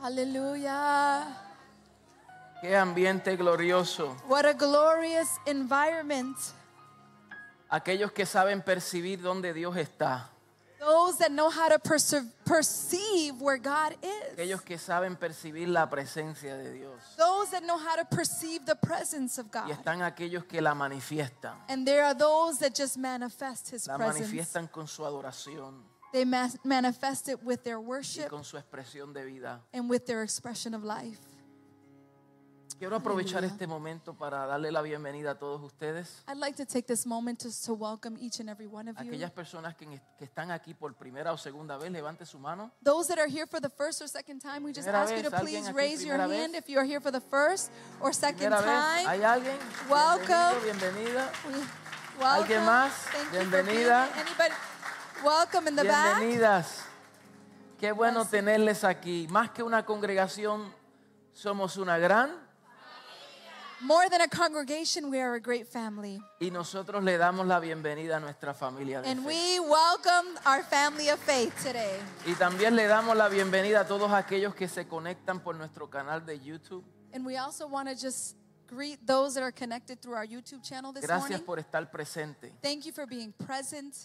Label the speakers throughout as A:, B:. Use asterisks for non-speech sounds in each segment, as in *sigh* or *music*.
A: Hallelujah.
B: Qué ambiente glorioso.
A: What a glorious environment.
B: Aquellos que saben percibir dónde Dios está.
A: Those that know how to perce- perceive where God is.
B: Aquellos que saben percibir la presencia de Dios.
A: Those that know how to perceive the presence of
B: Y
A: God.
B: están aquellos que la manifiestan.
A: And there are those that just manifest His
B: La
A: presence.
B: manifiestan con su adoración
A: They mas- manifest it with their
B: y
A: worship
B: con su expresión de vida.
A: and with their expression of life.
B: Quiero aprovechar este momento para darle la bienvenida a todos ustedes.
A: I'd like to take this moment just to welcome each and every one of you.
B: Aquellas personas que, en- que están aquí por primera o segunda vez, levante su mano.
A: Those that are here for the first or second time, we just
B: Primera
A: ask you to
B: vez, alguien
A: please
B: aquí,
A: raise your
B: primera vez.
A: hand if you are here for the first or second
B: Primera vez,
A: time.
B: ¿hay alguien?
A: Welcome.
B: Bienvenido, bienvenida.
A: We-
B: ¿Alguien
A: Welcome.
B: más?
A: Thank you for being
B: Bienvenida.
A: here. Anybody? Welcome in the back.
B: Bienvenidas. Qué bueno
A: Gracias.
B: tenerles aquí. Más que una congregación, somos una gran
A: More than a congregation, we are a great family.
B: y nosotros le damos la bienvenida a nuestra familia. De
A: And
B: fe.
A: we welcome our family of faith today.
B: Y también le damos la bienvenida a todos aquellos que se conectan por nuestro canal de YouTube.
A: And we also want to just greet those that are connected through our YouTube channel this
B: Gracias
A: morning.
B: por estar presente.
A: Thank you for being present.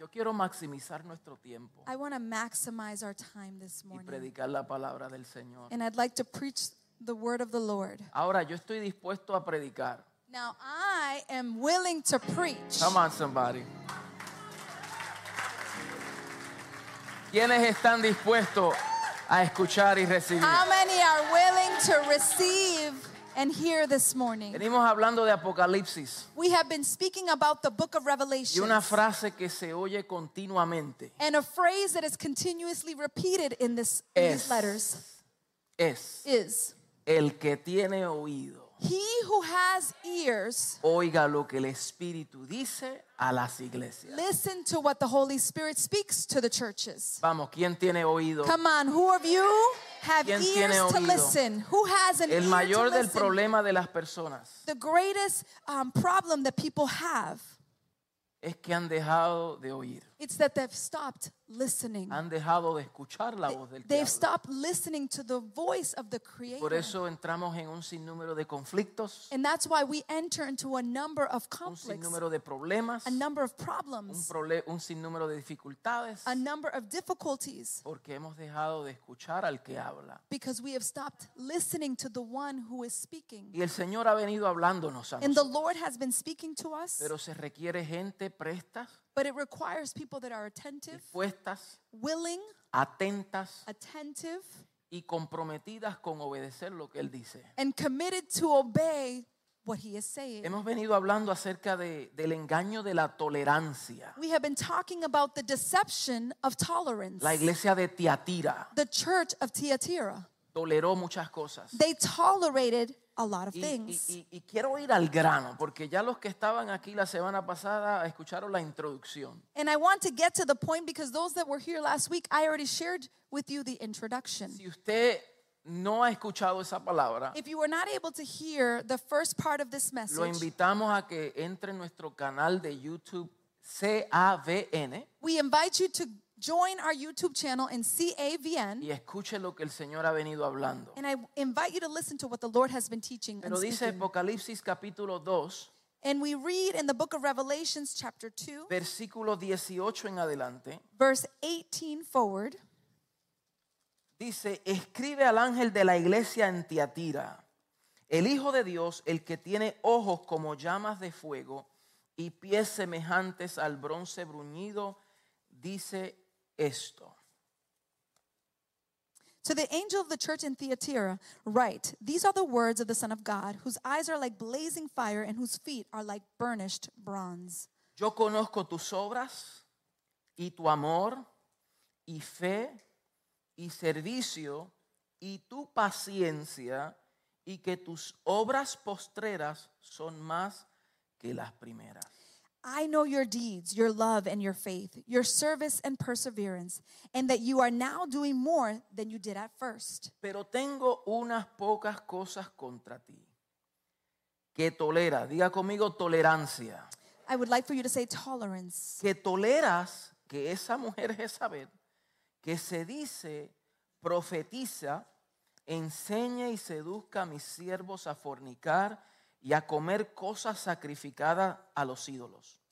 B: Yo quiero maximizar nuestro tiempo
A: I want to maximize our time this
B: y
A: morning.
B: predicar la palabra del Señor.
A: And I'd like to preach the word of the Lord.
B: Ahora, yo estoy dispuesto a predicar.
A: Now, I am willing to preach.
B: Come on, somebody. ¿Quiénes están dispuestos a escuchar y recibir?
A: How many are willing to receive and hear this morning?
B: Venimos hablando de Apocalipsis
A: We have been speaking about the book of
B: y
A: Revelation.
B: una frase que se oye continuamente
A: and a phrase that is continuously repeated in this in these letters
B: es, es
A: is
B: el que tiene oído,
A: he who has ears
B: oiga lo que el Espíritu dice a las iglesias.
A: listen to what the Holy Spirit speaks to the churches.
B: Vamos, ¿quién tiene oído?
A: Come on, who of you have
B: ¿Quién
A: ears
B: tiene
A: to
B: oído?
A: listen? Who has an
B: El
A: ear
B: mayor
A: to
B: del
A: listen?
B: problema de las personas
A: The greatest um, problem that people have
B: es que han dejado de oír,
A: it's that they've stopped listening.
B: han dejado de escuchar Ah, la voz del que
A: They've
B: habla.
A: stopped listening to the voice of the Creator.
B: Por eso entramos en un sinnúmero de conflictos,
A: and that's why we enter into a number of
B: un
A: conflicts,
B: sinnúmero de problemas,
A: a number of
B: un,
A: problems,
B: prole- un sinnúmero de dificultades,
A: a number of difficulties
B: porque hemos dejado de escuchar al que habla.
A: because we have stopped listening to the one who is speaking.
B: Y el Señor ha venido hablándonos a
A: And the
B: nosotros,
A: Lord has been speaking to us,
B: pero se requiere gente prestas,
A: but it requires people that are attentive,
B: dispuestas,
A: willing,
B: atentas
A: attentive,
B: y comprometidas con obedecer lo que Él dice.
A: and committed to obey what he is saying.
B: Hemos venido hablando acerca de- del engaño de la tolerancia.
A: We have been talking about the deception of tolerance.
B: La iglesia de Tiatira
A: The church of Tiatira.
B: toleró muchas cosas.
A: they tolerated a lot of
B: Y,
A: things.
B: y- y- y quiero ir al grano, porque ya los que estaban aquí la semana pasada escucharon la introducción.
A: And I want to get to the point because those that were here last week, I already shared with you the introduction.
B: Si usted no ha escuchado esa palabra,
A: If you were not able to hear the first part of this
B: lo
A: message,
B: invitamos a que entre en nuestro canal de YouTube CAVN
A: we invite you to join our YouTube channel in CAVN.
B: y escuche lo que el Señor ha venido hablando.
A: And I invite you to listen to what the Lord has been teaching and
B: Pero dice
A: speaking.
B: Apocalipsis capítulo 2,
A: And we read in the book of Revelations, chapter 2,
B: versículo 18 en adelante,
A: verse 18 forward.
B: Dice, escribe al ángel de la iglesia en Tiatira, el Hijo de Dios, el que tiene ojos como llamas de fuego y pies semejantes al bronce bruñido, dice esto.
A: To the angel of the church in Theatira, write, These are the words of the Son of God, whose eyes are like blazing fire and whose feet are like burnished bronze.
B: Yo conozco tus obras y tu amor y fe y servicio y tu paciencia y que tus obras postreras son más que las primeras.
A: I know your deeds, your love and your faith, your service and perseverance, and that you are now doing more than you did at first.
B: Pero tengo unas pocas cosas contra ti. Que tolera, diga conmigo tolerancia.
A: I would like for you to say tolerance.
B: Que *laughs* toleras que esa mujer Jezabel, que se dice profetiza enseñe y seduzca a mis siervos a fornicar y a comer cosas sacrificadas a los ídolos.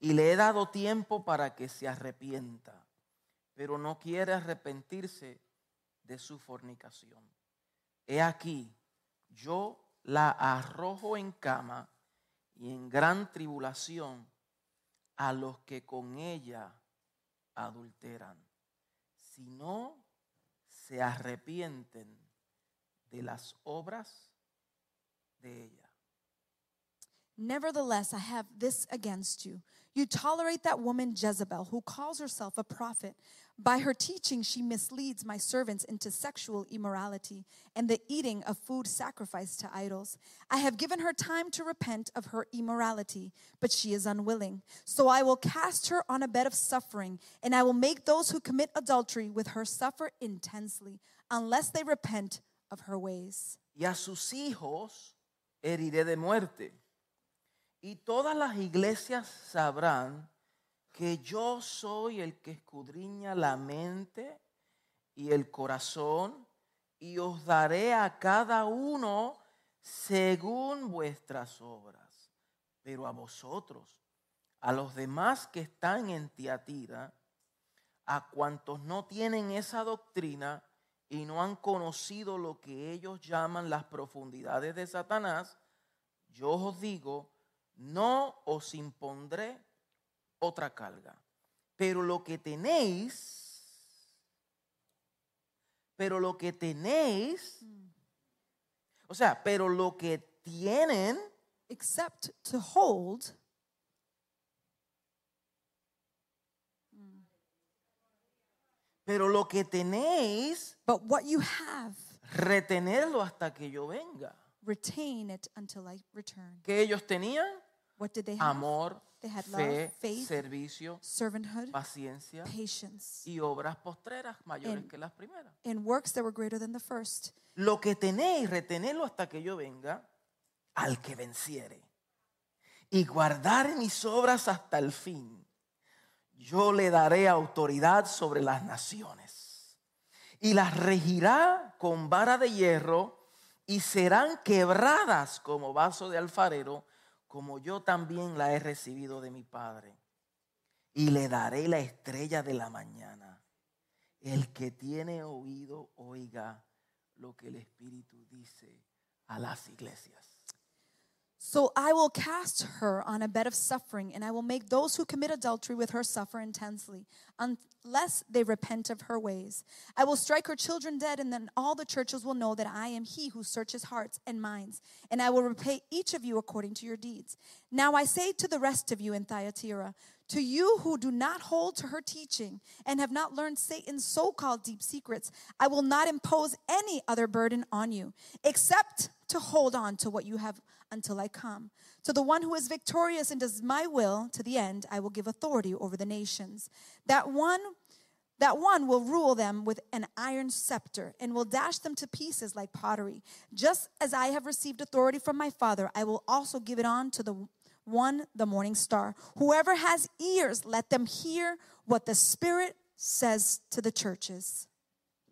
B: Y le he dado tiempo para que se arrepienta, pero no quiere arrepentirse de su fornicación. He aquí, yo la arrojo en cama y en gran tribulación a los que con ella adulteran, si no se arrepienten de las obras de ella.
A: Nevertheless, I have this against you. You tolerate that woman Jezebel, who calls herself a prophet. By her teaching, she misleads my servants into sexual immorality and the eating of food sacrificed to idols. I have given her time to repent of her immorality, but she is unwilling. So I will cast her on a bed of suffering, and I will make those who commit adultery with her suffer intensely, unless they repent of her ways.
B: Y a sus hijos heriré de muerte. Y todas las iglesias sabrán que yo soy el que escudriña la mente y el corazón y os daré a cada uno según vuestras obras. Pero a vosotros, a los demás que están en Tiatira, a cuantos no tienen esa doctrina y no han conocido lo que ellos llaman las profundidades de Satanás, yo os digo, no os impondré otra carga. Pero lo que tenéis, pero lo que tenéis, o sea, pero lo que tienen,
A: Except to hold
B: pero lo que tenéis,
A: But what you have,
B: retenerlo hasta que yo venga.
A: retain it until I return.
B: ¿Qué ellos tenían?
A: What did
B: Ah,
A: they have?
B: Amor,
A: They had love,
B: fe,
A: faith,
B: servicio,
A: Servanthood,
B: paciencia
A: patience,
B: y obras postreras mayores
A: And-
B: que las primeras.
A: and works that were greater than the first.
B: lo que tenéis, retenerlo hasta que yo venga, al que venciere, y guardar mis obras hasta el fin, yo le daré autoridad sobre las naciones, y las regirá con vara de hierro, y serán quebradas como vaso de alfarero, como yo también la he recibido de mi Padre. Y le daré la estrella de la mañana. El que tiene oído, oiga lo que el Espíritu dice a las iglesias.
A: So I will cast her on a bed of suffering, and I will make those who commit adultery with her suffer intensely, unless they repent of her ways. I will strike her children dead, and then all the churches will know that I am he who searches hearts and minds, and I will repay each of you according to your deeds. Now I say to the rest of you in Thyatira, to you who do not hold to her teaching and have not learned Satan's so called deep secrets, I will not impose any other burden on you, except to hold on to what you have until I come. To the one who is victorious and does my will to the end, I will give authority over the nations. That one that one will rule them with an iron scepter and will dash them to pieces like pottery. Just as I have received authority from my Father, I will also give it on to the one, the morning star. Whoever has ears, let them hear what the Spirit says to the churches.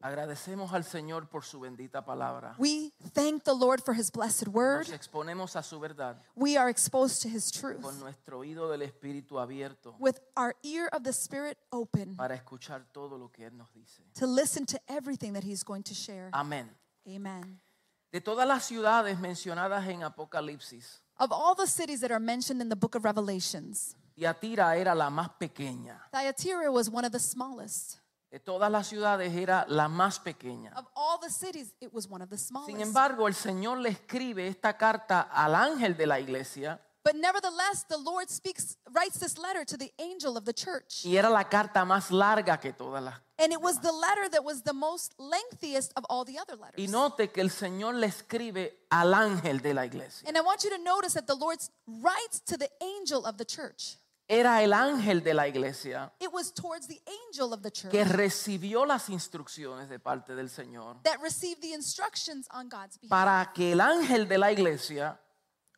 B: Agradecemos al Señor por su bendita palabra.
A: We thank the Lord for his blessed word.
B: Nos exponemos a su verdad
A: We are exposed to his
B: con
A: truth
B: nuestro oído del Espíritu abierto
A: with our ear of the Spirit open
B: para escuchar todo lo que Él nos dice.
A: to listen to everything that he's going to share.
B: Amén.
A: Amen.
B: De todas las ciudades mencionadas en Apocalipsis,
A: Of all the cities that are mentioned in the book of Revelations,
B: Tiatira era la más pequeña.
A: Thyatira was one of the smallest.
B: De todas las ciudades era la más pequeña.
A: Of all the cities, it was one of the smallest.
B: Sin embargo, el Señor le escribe esta carta al ángel de la iglesia
A: but nevertheless, the Lord speaks, writes this letter to the angel of the church.
B: y era la carta más larga que todas las
A: And it was the letter that was the most lengthiest of all the other letters.
B: Y note que el Señor le escribe al ángel de la iglesia.
A: and I want you to notice that the Lord writes to the angel of the church.
B: Era el ángel de la iglesia
A: It was towards the angel of the church
B: que recibió las instrucciones de parte del Señor
A: that received the instructions on God's behalf
B: para que el ángel de la iglesia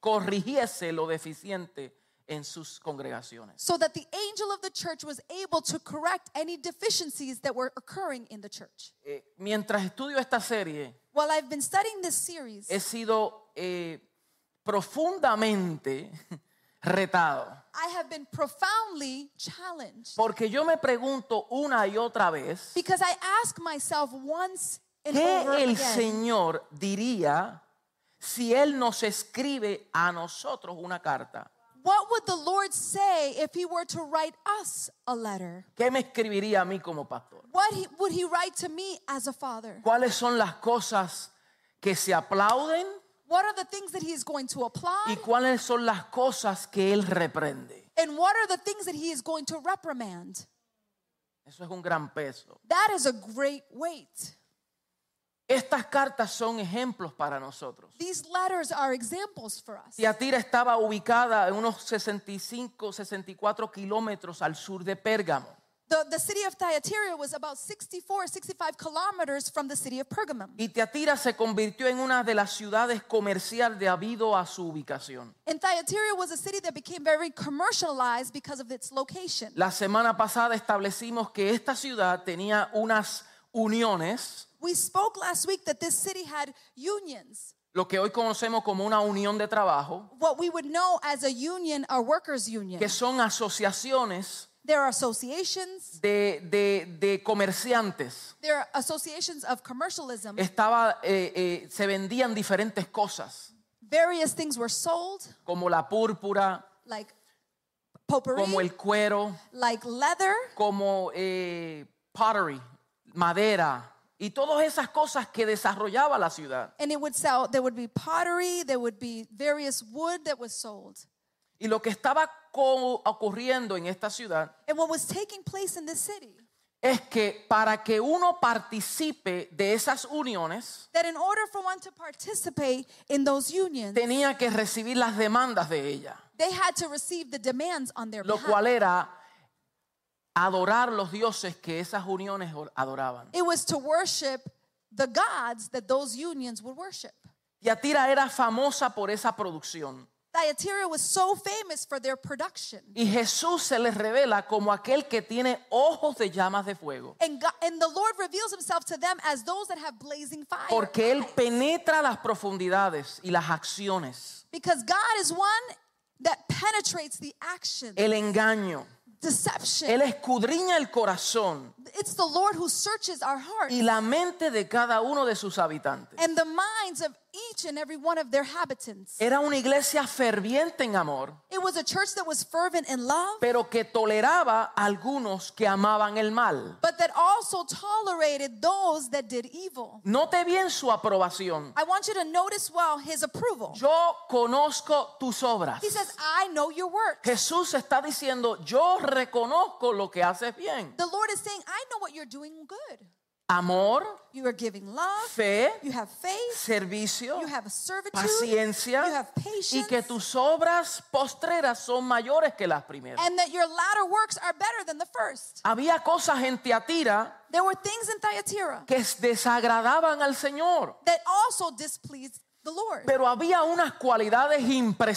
B: corrigiese lo deficiente en sus congregaciones.
A: so that the angel of the church was able to correct any deficiencies that were occurring in the church.
B: Eh, mientras estudio esta serie,
A: While I've been studying this series,
B: he sido eh, profundamente *laughs* retado.
A: I have been profoundly challenged
B: Porque yo me pregunto una y otra vez
A: because I ask myself once and over
B: qué el
A: again,
B: Señor diría si Él nos escribe a nosotros una carta.
A: what would the Lord say if He were to write us a letter?
B: ¿Qué me escribiría a mí como pastor?
A: What he, would He write to me as a father?
B: ¿Cuáles son las cosas que se aplauden
A: What are the things that He is going to
B: y
A: applaud?
B: cuáles son las cosas que Él reprende?
A: And what are the things that He is going to reprimand?
B: Eso es un gran peso.
A: That is a great weight.
B: Estas cartas son ejemplos para nosotros.
A: These letters are examples for us.
B: Tiatira estaba ubicada en unos 65, 64 kilómetros al sur de Pérgamo.
A: The, the city of Thyatira was about 64, 65 kilometers from the city of Pergamum.
B: Y Tiatira se convirtió en una de las ciudades comerciales de habido a su ubicación.
A: And Thyatira was a city that became very commercialized because of its location.
B: La semana pasada establecimos que esta ciudad tenía unas uniones,
A: We spoke last week that this city had unions,
B: lo que hoy conocemos como una unión de trabajo,
A: what we would know as a union or workers' union.
B: que son asociaciones
A: There are associations,
B: de, de- de comerciantes.
A: there are associations of commercialism.
B: Estaba, eh, eh, se vendían diferentes cosas,
A: Various things were sold,
B: como la púrpura,
A: like
B: como
A: potpourri,
B: el cuero,
A: like leather,
B: como eh, pottery, madera y todas esas cosas que desarrollaba la ciudad.
A: and it would sell, there would be pottery, there would be various wood that was sold.
B: Y lo que estaba co- ocurriendo en esta ciudad
A: And what was taking place in this city,
B: es que para que uno participe de esas uniones,
A: that in order for one to participate in those unions,
B: tenía que recibir las demandas de ella,
A: they had to receive the demands on their
B: lo
A: behalf.
B: cual era adorar los dioses que esas uniones or- adoraban.
A: It was to worship the gods that those unions would worship.
B: Yatira era famosa por esa producción
A: Thyatira was so famous for their production.
B: y Jesús se les revela como aquel que tiene ojos de llamas de fuego.
A: And, God, and the Lord reveals himself to them as those that have blazing fire.
B: Porque Él penetra las profundidades y las acciones,
A: because God is one that penetrates the action,
B: el engaño.
A: deception.
B: Él escudriña el corazón
A: it's the Lord who searches our hearts
B: y la mente de cada uno de sus habitantes.
A: and the minds of each and every one of their habitants.
B: Era una iglesia ferviente en amor,
A: It was a church that was fervent in love,
B: pero que toleraba a algunos que amaban el mal.
A: but that also tolerated those that did evil.
B: Note bien su aprobación.
A: I want you to notice well his approval.
B: Yo conozco tus obras.
A: He says, I know your work.
B: Jesús está diciendo, yo reconozco lo que haces bien.
A: The Lord is saying, I know what you're doing good.
B: Amor,
A: You are giving love,
B: fe,
A: you have faith,
B: servicio,
A: you have servitude, you
B: paciencia
A: have
B: y que
A: patience,
B: tus obras postreras son mayores que las primeras.
A: and that your latter works are better than the first.
B: Había cosas en Tiatira
A: There were things in Thyatira
B: que desagradaban al Señor,
A: that also displeased the Lord,
B: pero había unas cualidades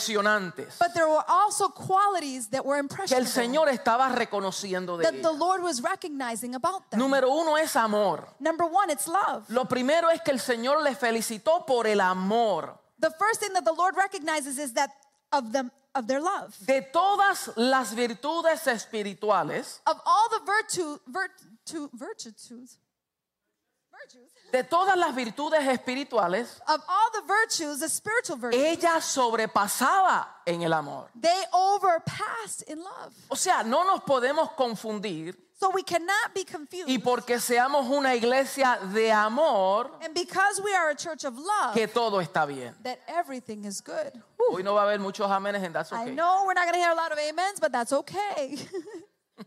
B: impresionantes
A: but there were also qualities that were
B: que el
A: impressionable
B: Señor estaba reconociendo de
A: that the
B: ellas.
A: Lord was recognizing about them.
B: Número uno es amor.
A: Number one, it's love.
B: Lo primero es que el Señor le felicitó por el amor.
A: The first thing that the Lord recognizes is that of them of their love.
B: De todas las virtudes espirituales,
A: Of all the virtue virtu, virtues virtues
B: de todas las virtudes espirituales,
A: of all the virtues, the spiritual virtues,
B: ella sobrepasaba en el amor.
A: they overpassed in love.
B: O sea, no nos podemos confundir
A: So we cannot be confused.
B: y porque seamos una iglesia de amor,
A: And because we are a church of love,
B: que todo está bien.
A: that everything is good.
B: Hoy no va a haber muchos amenes en That's
A: I
B: Okay.
A: know we're not going to hear a lot of amens, but that's okay.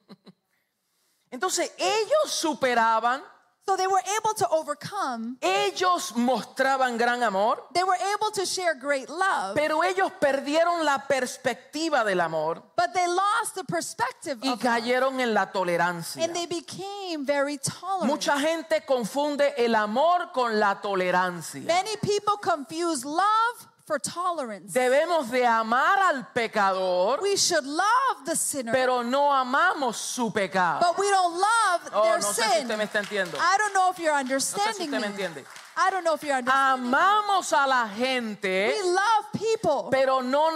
A: *laughs*
B: Entonces, ellos superaban,
A: so they were able to overcome.
B: ellos mostraban gran amor,
A: They were able to share great love,
B: pero ellos perdieron la perspectiva del amor
A: but they lost the perspective
B: y
A: of love,
B: cayeron en la tolerancia.
A: and they became very tolerant.
B: Mucha gente confunde el amor con la tolerancia.
A: Many people confuse love for tolerance.
B: Debemos de amar al pecador,
A: We should love the sinner,
B: pero no amamos su pecado.
A: but we don't love
B: Oh,
A: their
B: no sé si
A: sin. Ah,
B: usted me está entiendo.
A: I don't know if you're
B: No sé si
A: understanding
B: usted me
A: me.
B: entiende. Ah,
A: I don't know if you're understanding.
B: Amamos a la gente,
A: We love people,
B: pero no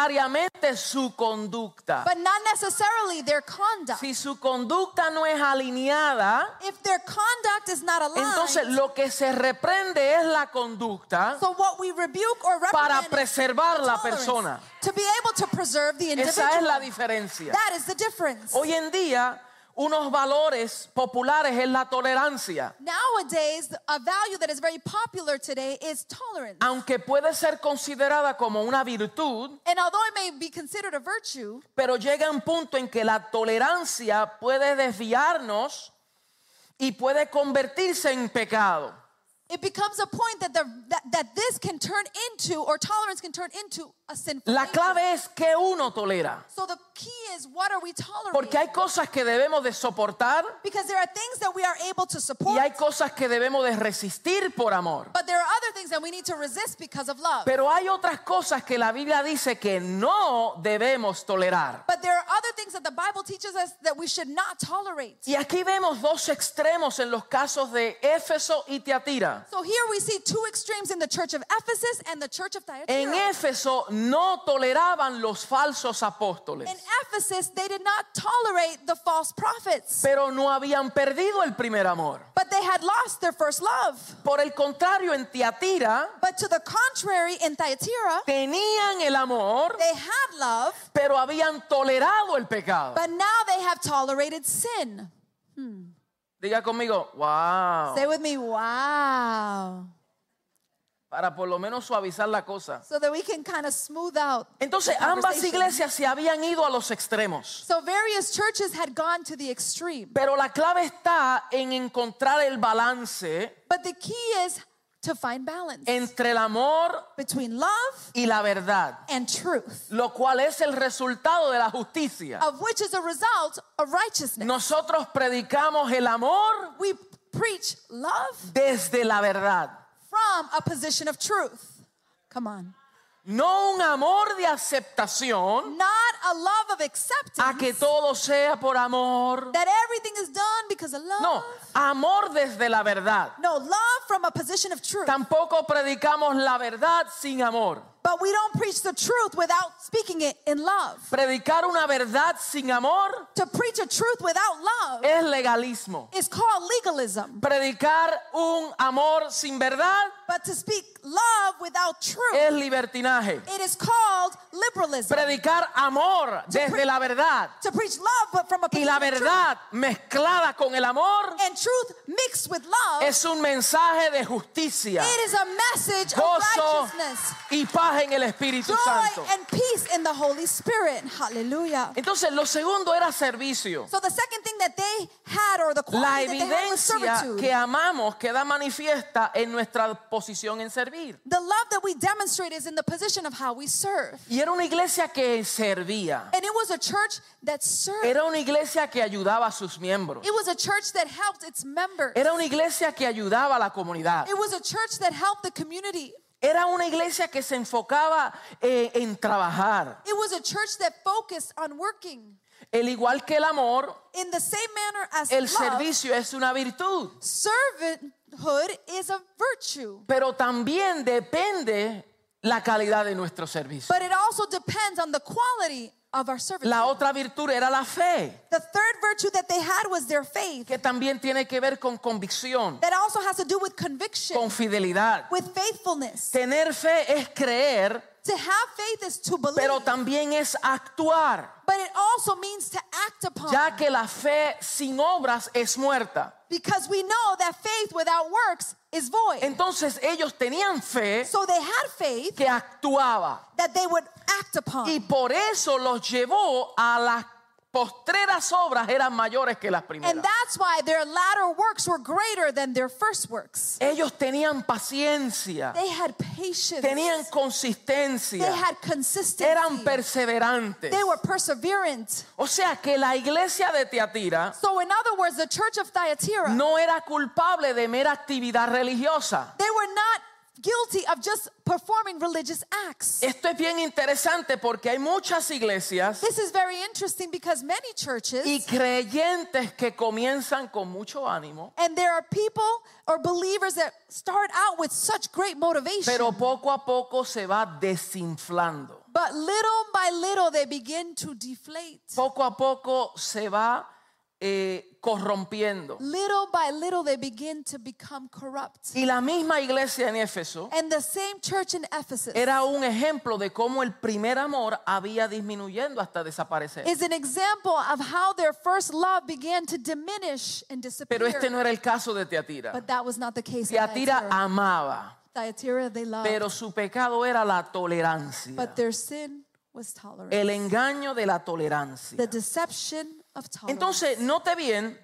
B: necesariamente su conducta.
A: but not necessarily their conduct.
B: Si su conducta no es alineada,
A: If their conduct is not
B: entonces
A: aligned,
B: lo que se reprende es la conducta
A: so what we rebuke or
B: para
A: reprimand is
B: preservar la
A: tolerance,
B: persona.
A: to be able to preserve the
B: Esa es
A: individual.
B: la diferencia.
A: That is the difference.
B: Hoy en día, unos valores populares es la tolerancia.
A: Nowadays, a value that is very popular today is tolerance.
B: Aunque puede ser considerada como una virtud,
A: And although it may be considered a virtue,
B: pero llega un punto en que la tolerancia puede desviarnos y puede convertirse en pecado.
A: it becomes a point that, the, that, that this can turn into, or tolerance can turn into, a sinful
B: La
A: nature.
B: clave es que uno tolera.
A: So the key is what are we tolerating?
B: Porque hay cosas que debemos de soportar
A: because there are things that we are able to
B: y
A: support,
B: hay cosas que debemos de resistir por amor.
A: but there are other things that we need to resist because of love.
B: Pero hay otras cosas que la Biblia dice que no debemos tolerar.
A: But there are other things that the Bible teaches us that we should not tolerate.
B: Y aquí vemos dos extremos en los casos de Éfeso y Tiatira.
A: So here we see two extremes in the church of Ephesus and the church of
B: En
A: Thyatira.
B: Éfeso no toleraban los falsos apóstoles,
A: In Ephesus, they did not tolerate the false prophets,
B: pero no habían perdido el primer amor.
A: but they had lost their first love.
B: Por el contrario, en Tiatira
A: But to the contrary, in Thyatira,
B: tenían el amor,
A: they had love,
B: pero habían tolerado el pecado.
A: but now they have tolerated sin.
B: Diga conmigo, wow.
A: Say with me, wow.
B: Para por lo menos suavizar la cosa.
A: So that we can kind of smooth out.
B: Entonces
A: the
B: ambas
A: conversation.
B: iglesias se habían ido a los extremos.
A: So various churches had gone to the extreme.
B: Pero la clave está en encontrar el balance
A: But the key is to find balance
B: entre el amor
A: between love
B: y la verdad,
A: and truth,
B: lo cual es el resultado de la justicia.
A: of which is a result of righteousness.
B: Nosotros predicamos el amor
A: We preach love
B: desde la verdad,
A: from a position of truth. Come on.
B: no un amor de aceptación
A: Not a love of
B: a que
A: acceptance
B: todo sea por amor.
A: that everything is done because of love.
B: No, amor desde la verdad.
A: No, love from a position of truth.
B: Tampoco predicamos la verdad sin amor.
A: But we don't preach the truth without speaking it in love.
B: Predicar una verdad sin amor
A: To preach a truth without love
B: es legalismo.
A: is called legalism.
B: Predicar un amor sin verdad
A: But to speak love without truth,
B: es libertinaje.
A: it is called liberalism.
B: Predicar amor desde la verdad
A: To preach love but from a
B: y
A: position
B: la
A: of truth.
B: verdad mezclada con el amor
A: And truth mixed with love,
B: es un mensaje de justicia,
A: it is a message of
B: gozo
A: righteousness.
B: y paz en el Espíritu
A: joy
B: Santo.
A: and peace in the Holy Spirit. Hallelujah.
B: Entonces lo segundo era servicio.
A: So the second thing that they had or the
B: La
A: quality that they had was
B: evidencia
A: servitude.
B: que amamos queda manifiesta en nuestra posición en servir.
A: The love that we demonstrate is in the position of how we serve.
B: Y era una iglesia que servía.
A: And it was a church that served.
B: Era una iglesia que ayudaba a sus miembros.
A: It was a church that helped its members.
B: Era una iglesia que ayudaba a la comunidad.
A: It was a church that helped the community.
B: Era una iglesia que se enfocaba eh, en trabajar.
A: It was a church that focused on working.
B: El igual que el amor,
A: In the same manner as
B: el
A: love,
B: servicio es una virtud,
A: servanthood is a virtue.
B: pero también depende la calidad de nuestro servicio.
A: But it also depends on the quality of our service.
B: La otra virtud era la fe,
A: The third virtue that they had was their faith.
B: que también tiene que ver con convicción,
A: That also has to do with conviction,
B: con fidelidad.
A: with faithfulness.
B: Tener fe es creer,
A: To have faith is to believe,
B: pero también es actuar,
A: but it also means to act upon.
B: ya que la fe sin obras es muerta.
A: because we know that faith without works is void.
B: Entonces ellos tenían fe
A: so they had faith
B: que actuaba
A: that they would act upon.
B: y por eso los llevó a las postreras obras eran mayores que las
A: and
B: primeras.
A: that's why their latter works were greater than their first works.
B: Ellos tenían paciencia,
A: They had patience.
B: tenían
A: they
B: consistencia,
A: had consistency.
B: eran perseverantes.
A: they were perseverant.
B: O sea que la iglesia de Teatira
A: So, in other words, the church of Thyatira,
B: no era culpable de mera actividad religiosa.
A: they were not guilty of just performing religious acts.
B: Esto es bien interesante porque hay muchas iglesias
A: This is very interesting because many
B: y
A: churches,
B: creyentes que comienzan con mucho ánimo,
A: and there are people or believers that start out with such great motivation,
B: pero poco a poco se va desinflando.
A: but little by little they begin to deflate.
B: Poco a poco se va eh, corrompiendo.
A: Little by little they begin to become corrupt.
B: Y la misma iglesia en Éfeso
A: And the same church in Ephesus
B: era un ejemplo de cómo el primer amor había disminuyendo hasta desaparecer.
A: is an example of how their first love began to diminish and disappear.
B: Pero este no era el caso de Teatira.
A: but that was not the case. in
B: Teatira
A: Thyatira.
B: amaba,
A: Thyatira they loved,
B: pero su pecado era la tolerancia,
A: Ah, but their sin was tolerance.
B: el engaño de la tolerancia.
A: the deception of tolerance.
B: Entonces, note bien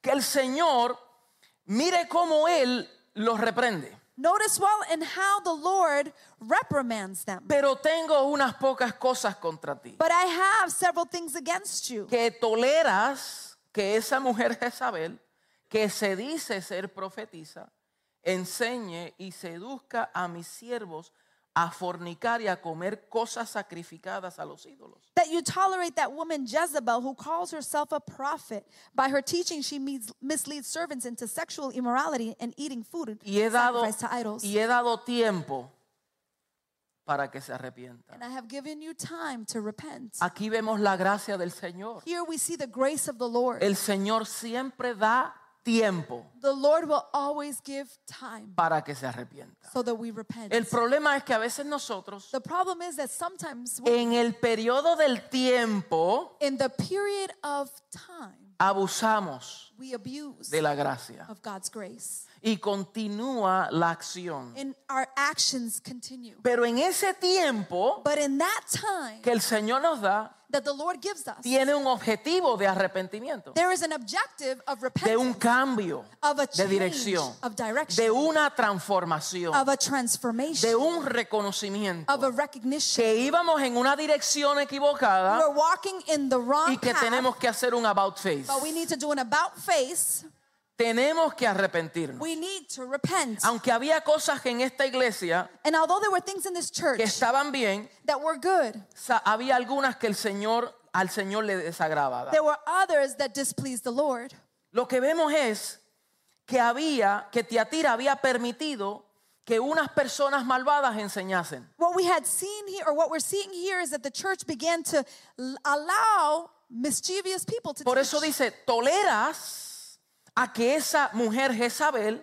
B: que el Señor, mire cómo Él los reprende.
A: Notice well and how the Lord reprimands them.
B: Pero tengo unas pocas cosas contra ti.
A: But I have several things against you.
B: Que toleras que esa mujer Jezabel, que se dice ser profetiza, enseñe y seduzca a mis siervos a fornicar y a comer cosas sacrificadas a los ídolos.
A: That you tolerate that woman Jezebel, who calls herself a prophet. By her teaching, she mis- misleads servants into sexual immorality and eating food
B: Y he dado,
A: sacrificed to idols.
B: y he dado tiempo para que se arrepientan.
A: And I have given you time to repent.
B: Aquí vemos la gracia del Señor.
A: Here we see the grace of the Lord.
B: El Señor siempre da tiempo
A: the Lord will always give time
B: para que se arrepienta.
A: so that we repent.
B: El problema es que a veces nosotros,
A: the problem is that sometimes we,
B: en el periodo del tiempo,
A: in the period of time,
B: abusamos
A: we abuse
B: de la gracia
A: of God's grace.
B: y continúa la acción.
A: And our actions continue.
B: Pero en ese tiempo
A: But in that time
B: que el Señor nos da,
A: that the Lord gives us,
B: tiene un objetivo de arrepentimiento,
A: there is an objective of
B: de un
A: repentance,
B: cambio,
A: of a
B: de
A: change,
B: dirección,
A: of
B: de
A: direction,
B: una transformación,
A: of a
B: de
A: transformation,
B: un reconocimiento
A: of a recognition.
B: que íbamos en una dirección equivocada.
A: We're walking in the wrong
B: y que
A: path,
B: tenemos que hacer un about face.
A: but we need to do an about face.
B: Tenemos que arrepentirnos.
A: We need to repent.
B: Aunque había cosas que en esta iglesia
A: And although there were things in this church
B: que estaban bien,
A: that were good,
B: sa- había algunas que el Señor al Señor le desagradaba.
A: there were others that displeased the Lord.
B: Lo que vemos es que había que Tiatira había permitido que unas personas malvadas enseñasen.
A: What we had seen here, or what we're seeing here, is that the church began to l- allow mischievous people to
B: Por
A: teach.
B: eso dice, toleras a que esa mujer Jezabel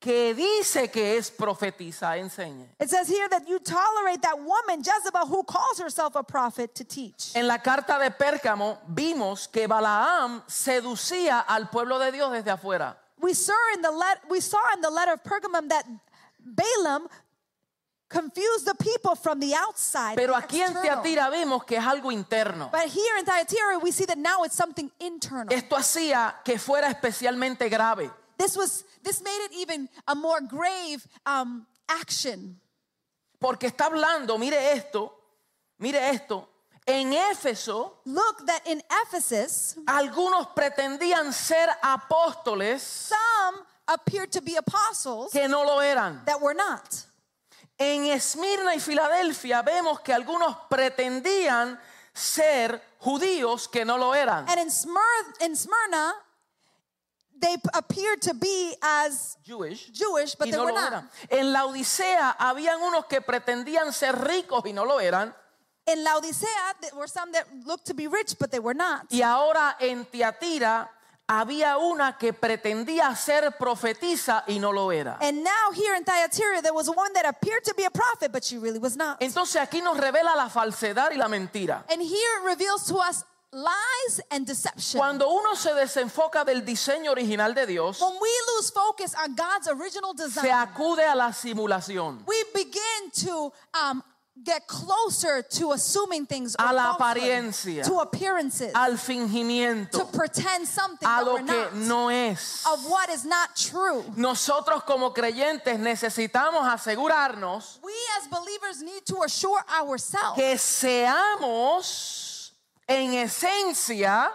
B: que dice que es profetiza enseñe.
A: It says here that you tolerate that woman, Jezebel, who calls herself a prophet, to teach.
B: En la carta de Pérgamo vimos que Balaam seducía al pueblo de Dios desde afuera.
A: We saw in the, let- we saw in the letter of Pergamum that Balaam confused the people from the outside.
B: Pero
A: the
B: aquí en
A: external.
B: Teatira vimos que es algo interno.
A: But here in Thyatira, we see that now it's something internal.
B: Esto hacía que fuera especialmente grave.
A: This was this made it even a more grave um, action
B: Porque está hablando, mire esto, mire esto. En Éfeso,
A: look that in Ephesus
B: algunos pretendían ser apóstoles
A: some appeared to be apostles
B: que no lo eran.
A: that were not
B: En Esmirna y Filadelfia vemos que algunos pretendían ser judíos que no lo eran.
A: and in, Smyr- in Smyrna they p- appeared to be as
B: Jewish.
A: Jewish but
B: y
A: they
B: no
A: were
B: lo
A: not
B: eran. En la Odisea habían unos que pretendían ser ricos y no lo eran.
A: in Laodicea there were some that looked to be rich but they were not
B: Y ahora en Tiatira había una que pretendía ser profetisa y no lo era.
A: and now here in Thyatira there was one that appeared to be a prophet but she really was not
B: Entonces aquí nos revela la falsedad y la mentira.
A: and here it reveals to us lies and deception
B: Cuando uno se desenfoca del diseño original de Dios,
A: When we lose focus on God's original
B: se
A: design,
B: acude a la simulación,
A: we begin to um, get closer to assuming things, or
B: A la
A: falsehood,
B: apariencia.
A: to appearances,
B: al
A: to
B: fingimiento,
A: pretend something
B: a
A: that
B: lo
A: we're
B: que
A: not,
B: no es.
A: of what is not true.
B: Nosotros como creyentes necesitamos asegurarnos
A: We as believers need to assure ourselves
B: que seamos en esencia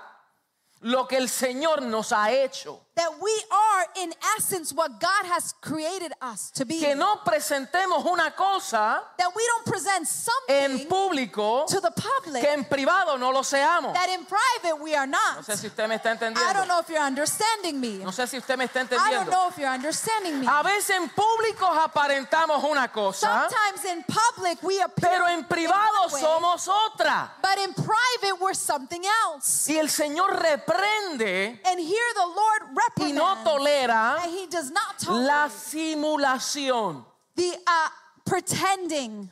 B: lo que el Señor nos ha hecho.
A: that we are, in essence, what God has created us to be.
B: Que no presentemos una cosa
A: that we don't present
B: en
A: something
B: público
A: to the public
B: que en privado no lo seamos.
A: that in private we are
B: No
A: not.
B: sé si usted me
A: I
B: está
A: don't
B: entendiendo.
A: know if you're understanding me.
B: No Ah, sé si usted me está
A: I don't
B: entendiendo.
A: know if you're understanding me.
B: A veces en público aparentamos una cosa,
A: Sometimes in public we appear,
B: pero en privado
A: one way.
B: somos otra.
A: but in private we're something else.
B: Si el Señor reprende
A: And here the Lord
B: y
A: reprimands,
B: no tolera
A: and He does not tolerate
B: la simulación,
A: the uh, pretending,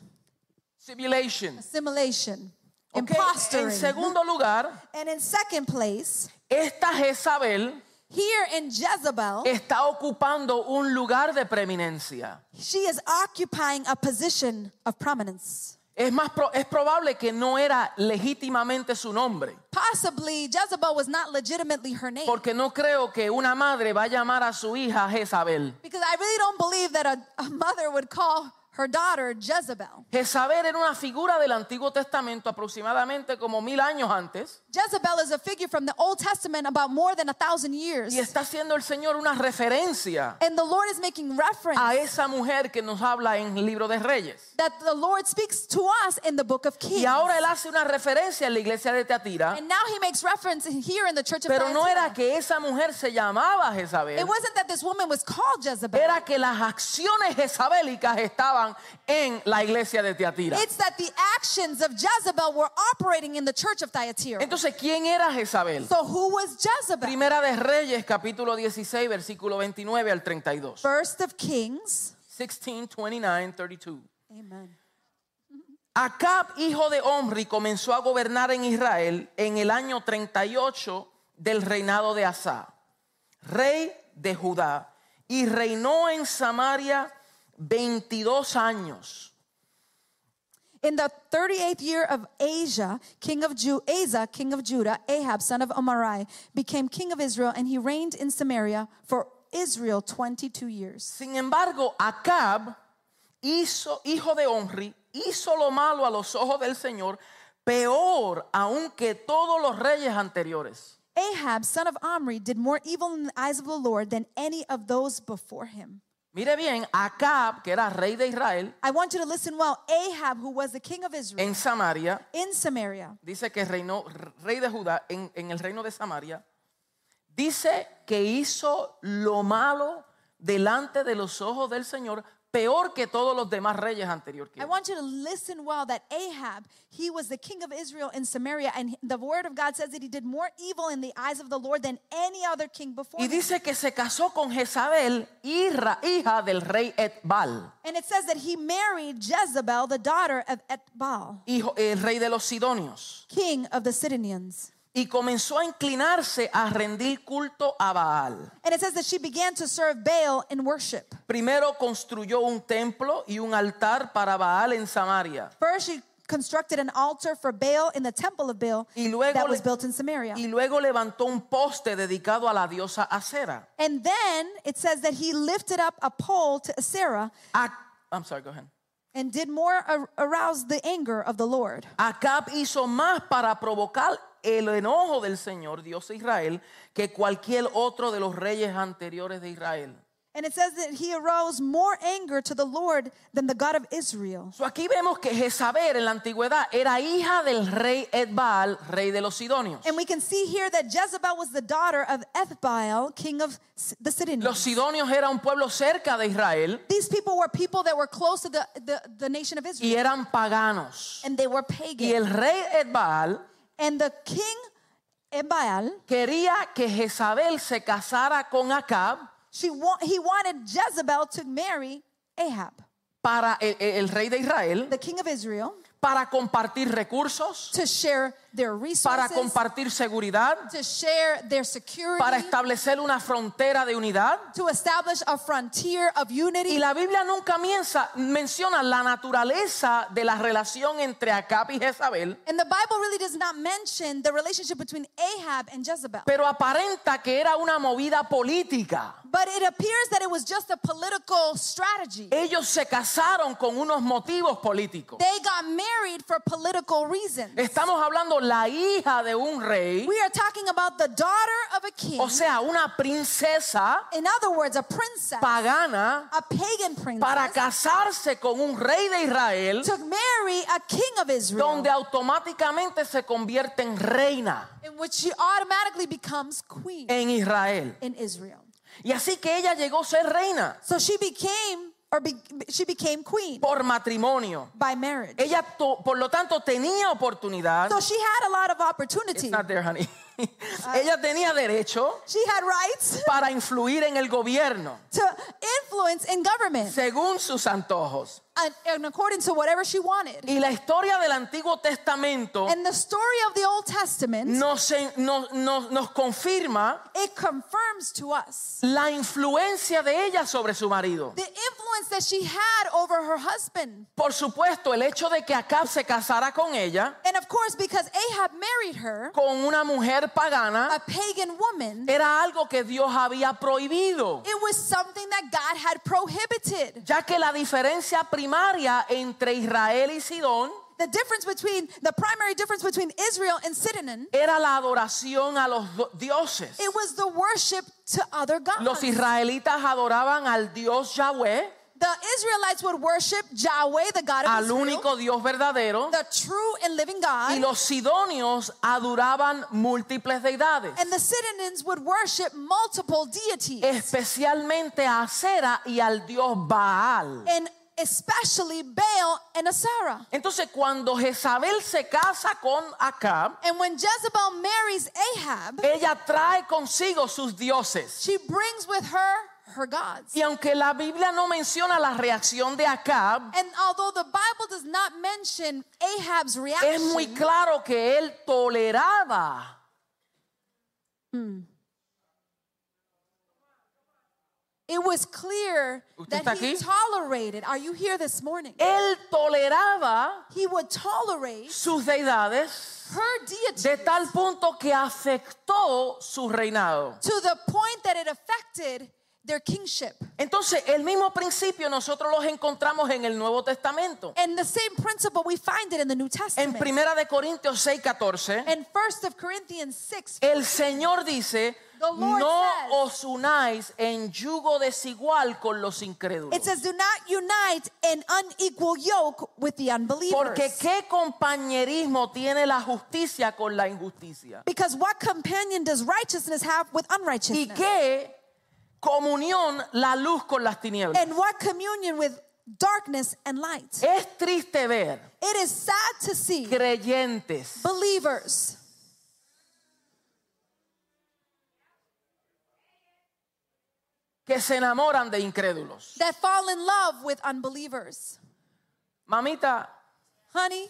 B: simulation.
A: assimilation,
B: Ok, En
A: impostering.
B: segundo lugar,
A: And in second place,
B: esta Jezabel
A: here in Jezebel,
B: está ocupando un lugar de preeminencia.
A: she is occupying a position of prominence.
B: Es más, pro- es probable que no era legítimamente su nombre,
A: Possibly Jezebel was not legitimately her name.
B: porque no creo que una madre va a llamar a su hija Jezabel.
A: Because I really don't believe that a, a mother would call her daughter Jezebel.
B: Jezabel era una figura del Antiguo Testamento aproximadamente como mil años antes
A: Jezebel is a figure from the Old Testament about more than a thousand years.
B: y está haciendo el Señor una referencia
A: And the Lord is making reference
B: a esa mujer que nos habla en el libro de Reyes.
A: that the Lord speaks to us in the book of Kings.
B: Y ahora él hace una referencia en la iglesia de Teatira,
A: and now he makes reference here in the church of
B: pero no
A: Thyatira.
B: era que esa mujer se llamaba Jezabel,
A: It wasn't that this woman was called Jezebel.
B: era que las acciones jezabélicas estaban en la iglesia de Teatira.
A: It's that the actions of Jezebel were operating in the church of Thyatira.
B: Entonces, ¿quién era Jezabel?
A: so who was Jezebel?
B: Primera de Reyes, capítulo 16, versículo 29 al 32.
A: First of Kings.
B: 16, 29, 32.
A: Amen.
B: Acab, hijo de Omri, comenzó a gobernar en Israel en el año 38 del reinado de Asa, rey de Judá, y reinó en Samaria 22 años.
A: In the 38th year of Asia, king of Ju- Asa, king of Judah, Ahab, son of Amari, became king of Israel, and he reigned in Samaria for Israel 22 years.
B: Sin embargo, Acab, hizo, hijo de Omri, hizo lo malo a los ojos del Señor, peor aún que todos los reyes anteriores.
A: Ahab, son of Omri, did more evil in the eyes of the Lord than any of those before him.
B: Mire bien, Acab, que era rey de Israel
A: I want you to listen well. Ahab, who was the king of Israel
B: en Samaria,
A: in Samaria,
B: dice que reinó rey de Judá en, en el reino de Samaria, dice que hizo lo malo delante de los ojos del Señor, peor que todos los demás reyes anteriores. que
A: I
B: él.
A: want you to listen well that Ahab, he was the king of Israel in Samaria, and the word of God says that he did more evil in the eyes of the Lord than any other king before
B: Y
A: him.
B: dice que se casó con Jezabel, hija, hija del rey Etbal,
A: And it says that he married Jezebel, the daughter of Etbal,
B: hijo, el rey de los Sidonios,
A: king of the Sidonians.
B: y comenzó a inclinarse a rendir culto a Baal.
A: And it says that she began to serve Baal in worship.
B: Primero construyó un templo y un altar para Baal en Samaria.
A: First, she constructed an altar for Baal in the temple of Baal
B: Y luego
A: that
B: le-
A: was built in Samaria.
B: Y luego levantó un poste dedicado a la diosa Acera.
A: And then it says that he lifted up a pole to Asherah
B: Ac- I'm sorry, go ahead.
A: and did more ar- arouse the anger of the Lord.
B: Acab hizo más para provocar el enojo del Señor, Dios de Israel, que cualquier otro de los reyes anteriores de Israel.
A: And it says that he aroused more anger to the Lord than the God of Israel.
B: So, aquí vemos que Jezabel en la antigüedad era hija del rey Edbaal, rey de los Sidonios.
A: And we can see here that Jezebel was the daughter of Ethbaal, king of S- the
B: Los
A: Sidonians.
B: Sidonios era un pueblo cerca de Israel
A: These people were people that were close to the, the, the nation of Israel,
B: y eran paganos.
A: and they were
B: Y
A: pagan.
B: el rey Edbaal
A: And the king Ebal,
B: quería que Jezabel se casara con Acab
A: she wa- he wanted Jezebel to marry Ahab,
B: para el, el- el rey de Israel
A: the king of Israel,
B: para compartir recursos,
A: to share their
B: para
A: resources,
B: compartir seguridad,
A: to share their security,
B: para establecer una frontera de unidad.
A: to establish a frontier of
B: Y
A: unity.
B: la Biblia nunca miensa- menciona la naturaleza de la relación entre Acab y Jezabel,
A: And the Bible really does not mention the relationship between Ahab and Jezebel.
B: pero aparenta que era una movida política.
A: But it appears that it was just a political strategy.
B: Ellos se casaron con unos motivos políticos.
A: They got married for political reasons.
B: Estamos hablando la hija de un rey,
A: We are talking about the daughter of a king.
B: o sea, una princesa
A: In other words, a princess,
B: pagana,
A: a pagan
B: para
A: princess,
B: casarse con un rey de Israel,
A: to marry a king of Israel,
B: donde automáticamente se convierte en reina
A: in which she automatically becomes queen
B: en Israel.
A: in Israel.
B: Y así que ella llegó a ser reina
A: So she became, or be, she became queen
B: por matrimonio.
A: by marriage.
B: Ella, to- por lo tanto, tenía oportunidad.
A: So she had a lot of
B: It's
A: opportunity.
B: not there, honey. *laughs* ella tenía derecho
A: She had rights
B: para influir en el gobierno
A: to influence in government
B: según sus antojos.
A: and, and according to whatever she wanted.
B: Y la historia del Antiguo Testamento
A: And the story of the Old Testament,
B: nos, en- nos- nos- nos confirma
A: it confirms to us
B: la influencia de ella sobre su marido.
A: the influence that she had over her husband.
B: Por supuesto, el hecho de que Acab se casara con ella,
A: And of course, because Ahab married her,
B: con una mujer pagana,
A: a pagan woman,
B: era algo que Dios había prohibido.
A: it was something that God had prohibited.
B: Ya que la diferencia primaria entre Israel y Sidón
A: The difference between, the primary difference between Israel and Sidon,
B: era la adoración a los do- dioses.
A: it was the worship to other gods.
B: Los
A: The
B: israelitas adoraban al Dios Yahweh,
A: Israelites would worship Yahweh, the God of
B: al
A: Israel,
B: único Dios verdadero,
A: the true and living
B: y
A: God,
B: los sidonios adoraban múltiples deidades,
A: and the Sidonians would worship multiple deities,
B: especialmente a Acera y al Dios Baal.
A: and especially Baal and Asherah.
B: Entonces, cuando Jezabel se casa con Acab,
A: And when Jezebel marries Ahab,
B: ella trae consigo sus dioses.
A: she brings with her her gods.
B: Y aunque la Biblia no menciona la reacción de Acab,
A: And although the Bible does not mention Ahab's
B: es muy
A: reaction,
B: claro que él toleraba.
A: it was clear
B: ¿Usted
A: that
B: está
A: he
B: aquí?
A: tolerated. Are you here this morning?
B: Él toleraba
A: He would tolerate
B: sus deidades
A: her deity
B: de tal punto que afectó su reinado.
A: to the point that it affected their kingship.
B: Entonces, el mismo principio nosotros los encontramos en el Nuevo Testamento.
A: And the same principle we find it in the New
B: En
A: Testament.
B: Primera de Corintios 6:14,
A: And First of Corinthians 6
B: el Señor dice,
A: The Lord
B: "No
A: says-
B: os unáis en yugo desigual con los incrédulos."
A: It says, Do not unite an unequal yoke with the
B: Porque
A: unbelievers.
B: qué compañerismo tiene la justicia con la injusticia?
A: Because what companion does righteousness have with
B: ¿Y
A: unrighteousness?
B: qué comunión la luz con las tinieblas?
A: And what communion with darkness and light?
B: Es triste ver
A: It is sad to see
B: creyentes
A: believers
B: que se enamoran de incrédulos.
A: that fall in love with unbelievers.
B: Mamita,
A: Honey,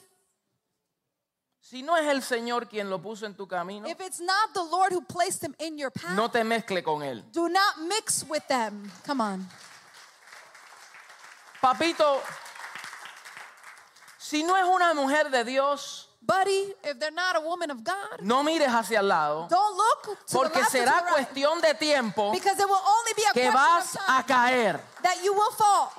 B: si no es el Señor quien lo puso en tu camino,
A: if it's not the Lord who placed them in your path,
B: no te mezcle con él.
A: do not mix with them. Come on.
B: Papito, si no es una mujer de Dios,
A: Buddy, if they're not a woman of God,
B: no mires hacia el lado,
A: don't look to the
B: porque
A: left or to the
B: será
A: right,
B: cuestión de tiempo
A: because it will only be a
B: que
A: question of
B: vas
A: time
B: a caer.
A: that you will fall.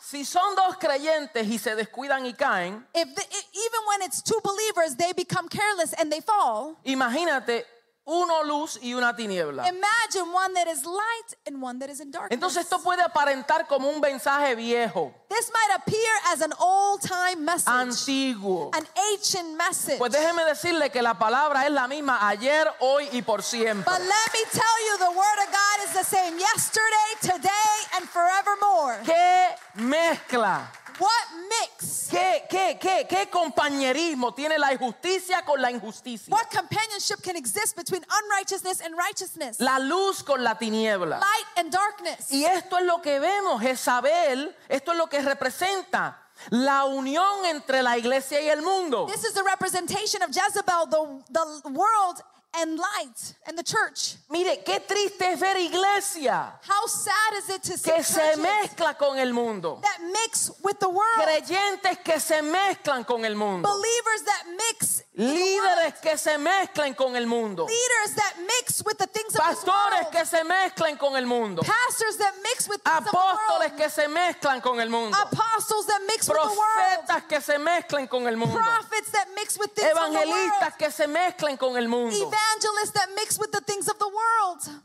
B: Si son dos creyentes y se descuidan y caen,
A: If the, i- even when it's two believers, they become careless and they fall.
B: Imagínate uno luz y una tiniebla.
A: Imagine one that is light and one that is in darkness.
B: Ah. Entonces esto puede aparentar como un mensaje viejo,
A: This might appear as an old time message,
B: antiguo.
A: an ancient message.
B: Pues déjeme decirle que la palabra es la misma ayer, hoy y por siempre.
A: but let me tell you, the Word of God is the same yesterday, today, and forevermore.
B: ¿Qué mezcla?
A: What mix?
B: ¿Qué, qué, qué, qué compañerismo tiene la injusticia con la injusticia?
A: What companionship can exist between unrighteousness and righteousness?
B: La luz con la tiniebla.
A: Light and darkness.
B: Y esto es lo que vemos, Jezabel, esto es lo que representa la unión entre la iglesia y el mundo.
A: This is the representation of Jezebel, the, the world and light and the church.
B: Mire, qué triste es ver iglesia.
A: How sad is it to see
B: que se
A: churches
B: mezcla con el mundo.
A: that mix with the world,
B: Creyentes que se mezclan con el mundo.
A: believers that mix
B: Líderes que se mezclan con el mundo.
A: leaders that mix with the things of this
B: Pastores
A: world.
B: que se mezclan con el mundo.
A: Pastors that mix with things of the
B: Apóstoles
A: world.
B: que se mezclan con el mundo.
A: apostles that mix with the world,
B: profetas que se mezclen con el mundo,
A: prophets that mix with things of the world,
B: evangelistas que se mezclen con el mundo,
A: evangelists that mix with the things of the world,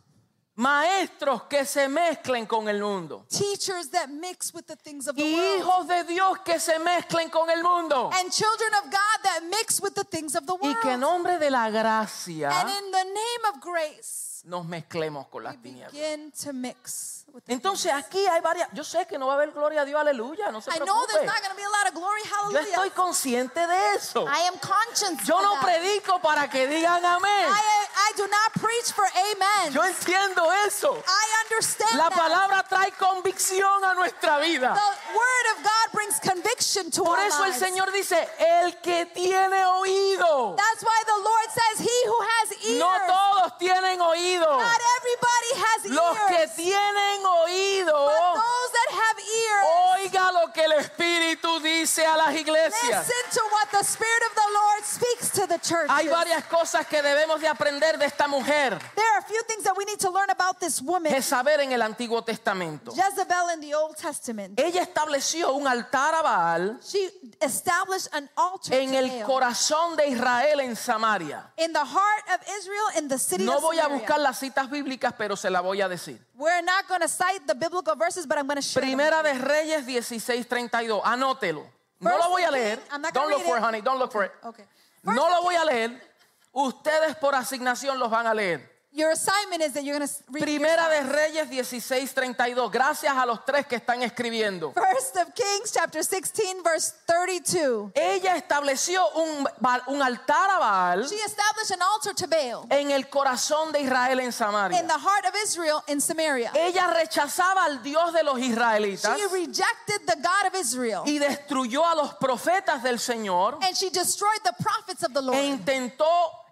B: maestros que se mezclen con el mundo
A: teachers that mix with the things of the
B: y
A: world,
B: hijos de Dios que se mezclen con el mundo
A: and children of God that mix with the things of the
B: y
A: world.
B: que en nombre de la gracia
A: And in the name of grace,
B: nos mezclemos con las
A: we
B: tinieblas.
A: begin to mix with the
B: Entonces aquí hay varias, yo sé que no va a haber gloria a Dios, aleluya, no se
A: I know there's
B: preocupe.
A: not going to be a lot of glory.
B: Yo
A: Hallelujah.
B: estoy consciente de eso.
A: I am conscious.
B: Yo
A: of
B: no
A: that.
B: predico para que digan amén.
A: I, I do not preach for amen.
B: Yo entiendo eso.
A: I understand
B: La
A: that.
B: palabra trae convicción a nuestra vida.
A: The word of God brings conviction to
B: Por
A: our
B: eso el
A: lives.
B: Señor dice, el que tiene oído,
A: That's why the Lord says, "He who has ears,
B: no todos tienen oído.
A: not everybody has
B: Los que
A: ears,
B: tienen oído,
A: but those that have ears,
B: oiga lo que el Espíritu dice a las iglesias.
A: listen to what the Spirit of the Lord speaks to the church."
B: Hay varias cosas que debemos de aprender de esta mujer.
A: There are a few things that we need to learn about this woman,
B: Es saber en el Antiguo Testamento.
A: Jezebel in the Old Testament.
B: Ella estableció un altar a Baal
A: She established an altar
B: en
A: to
B: el
A: Baal
B: corazón de Israel en Samaria.
A: in the heart of Israel in the city
B: No
A: of
B: voy a
A: Samaria.
B: buscar las citas bíblicas, pero se la voy a decir.
A: We're not going to cite the biblical verses, but I'm going to share. them.
B: Primera de Reyes 16:32. Anótelo. No
A: First
B: lo voy a
A: King-
B: leer.
A: I'm not gonna
B: Don't look
A: read
B: for it,
A: it.
B: honey. Don't look for it.
A: Okay. First
B: No lo voy a leer. Ustedes por asignación los van a leer.
A: Your assignment is that you're going to read.
B: Primera de Reyes 16:32. Gracias a los tres que están escribiendo.
A: First of Kings chapter 16 verse 32.
B: Ella estableció un, ba- un altar a Baal
A: She established an altar to Baal
B: en el corazón de Israel en Samaria.
A: in the heart of Israel in Samaria.
B: Ella rechazaba al Dios de los israelitas
A: She rejected the God of Israel
B: y destruyó a los profetas del Señor
A: and she destroyed the prophets of the
B: e
A: Lord.
B: intentó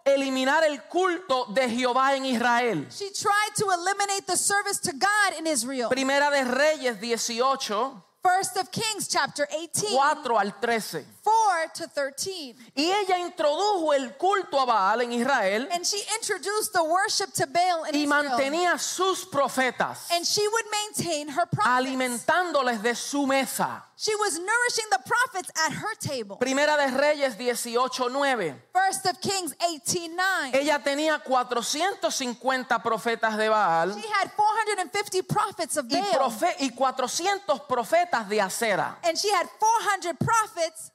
B: eliminar el culto de Jehová en Israel.
A: She tried to eliminate the service to God in Israel.
B: Primera de Reyes 18,
A: First of Kings chapter 18
B: 4 al 13.
A: 4 to 13.
B: Y ella introdujo el culto a Baal en Israel
A: And she introduced the worship to Baal in
B: y
A: Israel.
B: mantenía sus profetas
A: And she would maintain her prophets.
B: alimentándoles de su mesa.
A: She was nourishing the prophets at her table.
B: Primera de Reyes 18:9.
A: First of Kings 18 9.
B: Ella tenía 450 profetas de Baal
A: She had 450 prophets of
B: y,
A: Baal.
B: profe- y 400 profetas de Acera.
A: and she had 400 prophets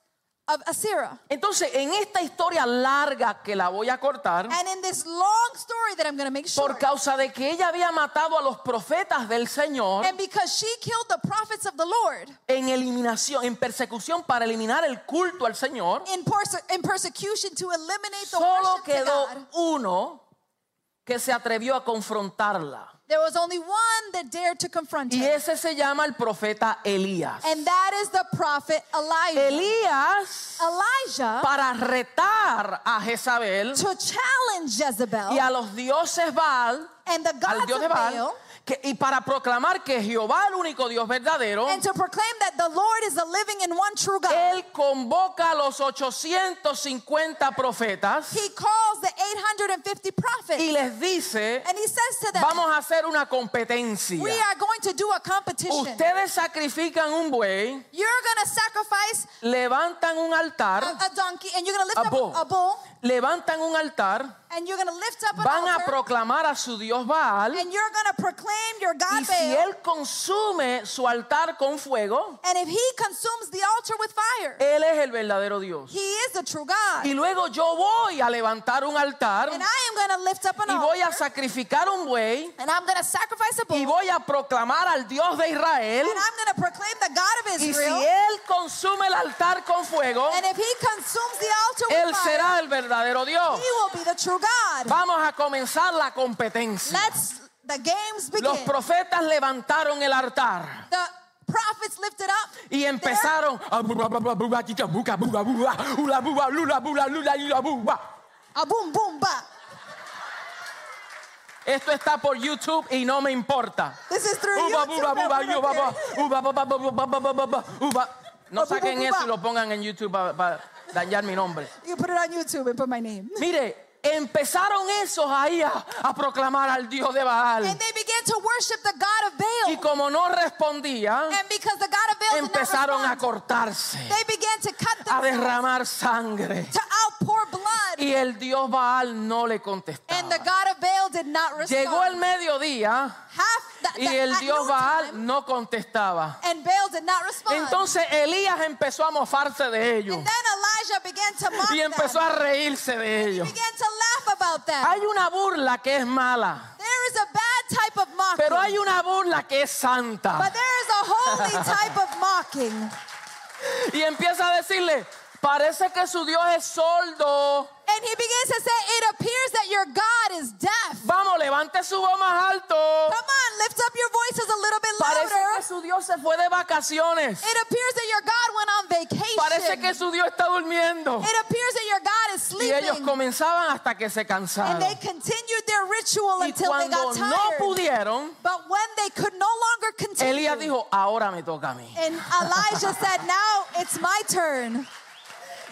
A: of Assyria.
B: Entonces, en esta historia larga que la voy a cortar,
A: And in this long story that I'm going to make
B: por
A: short,
B: causa de que ella había matado a los profetas del Señor
A: and because she killed the prophets of the Lord
B: en eliminación, en persecución para eliminar el culto al Señor,
A: in, perse- in persecution to eliminate the
B: solo
A: worship to
B: quedó
A: God,
B: uno que se atrevió a confrontarla.
A: there was only one that dared to confront
B: Y
A: him.
B: ese se llama el profeta Elías.
A: And that is the prophet Elijah.
B: Elías
A: Elijah,
B: para retar a Jezabel
A: to challenge
B: y
A: Jezebel
B: a los dioses Baal,
A: and the
B: al
A: gods
B: dios de
A: of
B: Baal,
A: Baal,
B: que- y para proclamar que Jehová el único Dios verdadero,
A: and to proclaim that the Lord is the living and one true God.
B: él convoca a los 850 profetas
A: He calls the 850 prophets.
B: y les dice,
A: And he says to them,
B: vamos a hacer una
A: We
B: competencia.
A: are going to do a competition.
B: Ustedes sacrifican un buey,
A: You're going to sacrifice
B: levantan un
A: a,
B: altar,
A: a donkey and you're going to
B: A
A: lift
B: bull.
A: up a bull
B: levantan un altar,
A: and you're going to lift up an
B: van a
A: altar
B: proclamar a su Dios Baal
A: and you're going to proclaim your
B: Y
A: God
B: si
A: Baal.
B: él consume su altar con fuego,
A: And if he consumes the altar with fire,
B: él es el verdadero Dios.
A: he is the true God.
B: Y luego yo voy a levantar un altar
A: And I am going to lift up an
B: y
A: altar
B: voy a sacrificar un buey
A: and I'm going to sacrifice a bull
B: y
A: and
B: voy a proclamar al Dios de Israel.
A: I'm going to proclaim the God of
B: Y si
A: Israel.
B: él consume el altar con fuego,
A: And if he consumes the altar
B: él
A: with fire,
B: será el verdadero Dios.
A: he will be the true God.
B: Vamos a comenzar la competencia.
A: Let's the games
B: Los
A: begin.
B: profetas levantaron el altar.
A: The prophets lifted up
B: Y empezaron a
A: a boom boom ba.
B: Esto está por YouTube y no me importa.
A: This is through
B: Uba,
A: YouTube.
B: uba,
A: that
B: uba,
A: we don't
B: uba,
A: hear
B: uba,
A: it.
B: uba, uba, uba, uba, uba, uba, uba, uba. No
A: Uba,
B: saquen
A: uba,
B: eso
A: uba.
B: y lo pongan en YouTube para, dañar mi nombre.
A: You put it on YouTube and put my
B: Mm.
A: name.
B: Mire, empezaron esos ahí a, a proclamar al Dios de Baal.
A: And they began to worship the God of
B: Y
A: Baal.
B: como no respondía,
A: And because the God of Baal did not
B: empezaron a
A: respond,
B: cortarse,
A: they began to cut
B: a
A: themselves,
B: derramar sangre.
A: to outpour blood.
B: Y el dios Baal no le
A: And the
B: contestaba.
A: God of Baal did not
B: Llegó el
A: respond.
B: mediodía
A: Half the,
B: y
A: the-
B: el
A: at
B: dios
A: noontime,
B: Baal no contestaba.
A: and Baal did not respond.
B: Entonces Elías empezó a mofarse de ellos
A: and then Elijah began to mock
B: y empezó
A: them.
B: a reírse de
A: He
B: ellos.
A: began to laugh about them.
B: Hay una burla que es mala,
A: there is a bad type of mocking.
B: pero hay una burla que es santa.
A: But there is a
B: *laughs*
A: holy type of mocking.
B: Y empieza a decirle, parece que su Dios es sordo.
A: And he begins to say, It appears that your God is deaf.
B: Vamos, levante su voz más alto.
A: Come on, lift up your voices a little bit
B: Parece
A: louder.
B: que su Dios se fue de vacaciones.
A: It appears that your God went on vacation.
B: Parece que su Dios está durmiendo.
A: It appears that your God is
B: Y ellos
A: sleeping.
B: comenzaban hasta que se
A: And
B: cansaron.
A: they continued their ritual
B: Y
A: until they
B: cuando
A: got
B: no
A: tired.
B: pudieron,
A: but when they could no longer continue,
B: Elías dijo, ahora me toca a mí.
A: and Elijah said, Now it's my turn.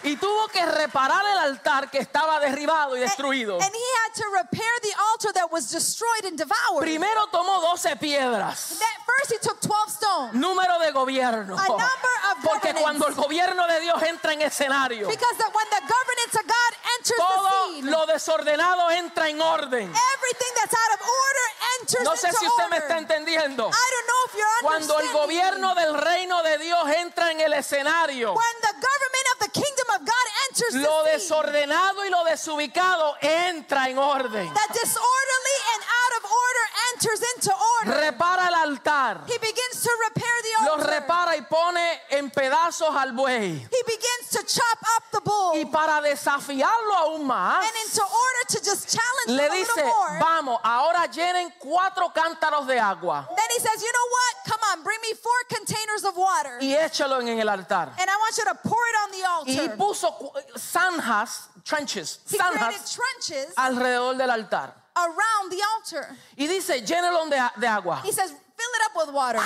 B: Y tuvo que reparar el altar que estaba derribado y destruido.
A: And, and he had to repair the altar that was destroyed and devoured.
B: Primero tomó 12 piedras.
A: That first he took 12 stones.
B: Número de gobierno.
A: A number of
B: Porque
A: governance.
B: cuando el gobierno de Dios entra en escenario,
A: Because that when the governance of God enters
B: todo
A: the scene,
B: lo desordenado entra en orden.
A: everything that's out of order enters
B: No sé
A: into
B: si usted me
A: order.
B: está entendiendo.
A: I don't know if you're
B: Cuando el
A: understanding.
B: gobierno del reino de Dios entra en el escenario,
A: when the government of the kingdom of God enters
B: lo
A: the scene,
B: desordenado y lo desubicado entra en orden.
A: that disorderly and out of order enters into order.
B: Repara el altar.
A: He begins to repair the
B: Lo
A: altar.
B: repara y pone en pedazos al buey.
A: He begins to chop up the bull.
B: Y para desafiarlo aún más,
A: and into order to just challenge
B: le
A: him a
B: dice,
A: little more,
B: vamos, ahora llenen cuatro cántaros de agua
A: then he says, you know what? Come on, bring me four containers of water.
B: y échalo en el altar.
A: and I want you to pour it on the
B: Y
A: altar.
B: puso cu- zanjas, trenches,
A: He created
B: zanjas
A: trenches
B: alrededor del altar.
A: around the altar.
B: Y dice, llénelo de, a- de agua.
A: He says, fill it up with water.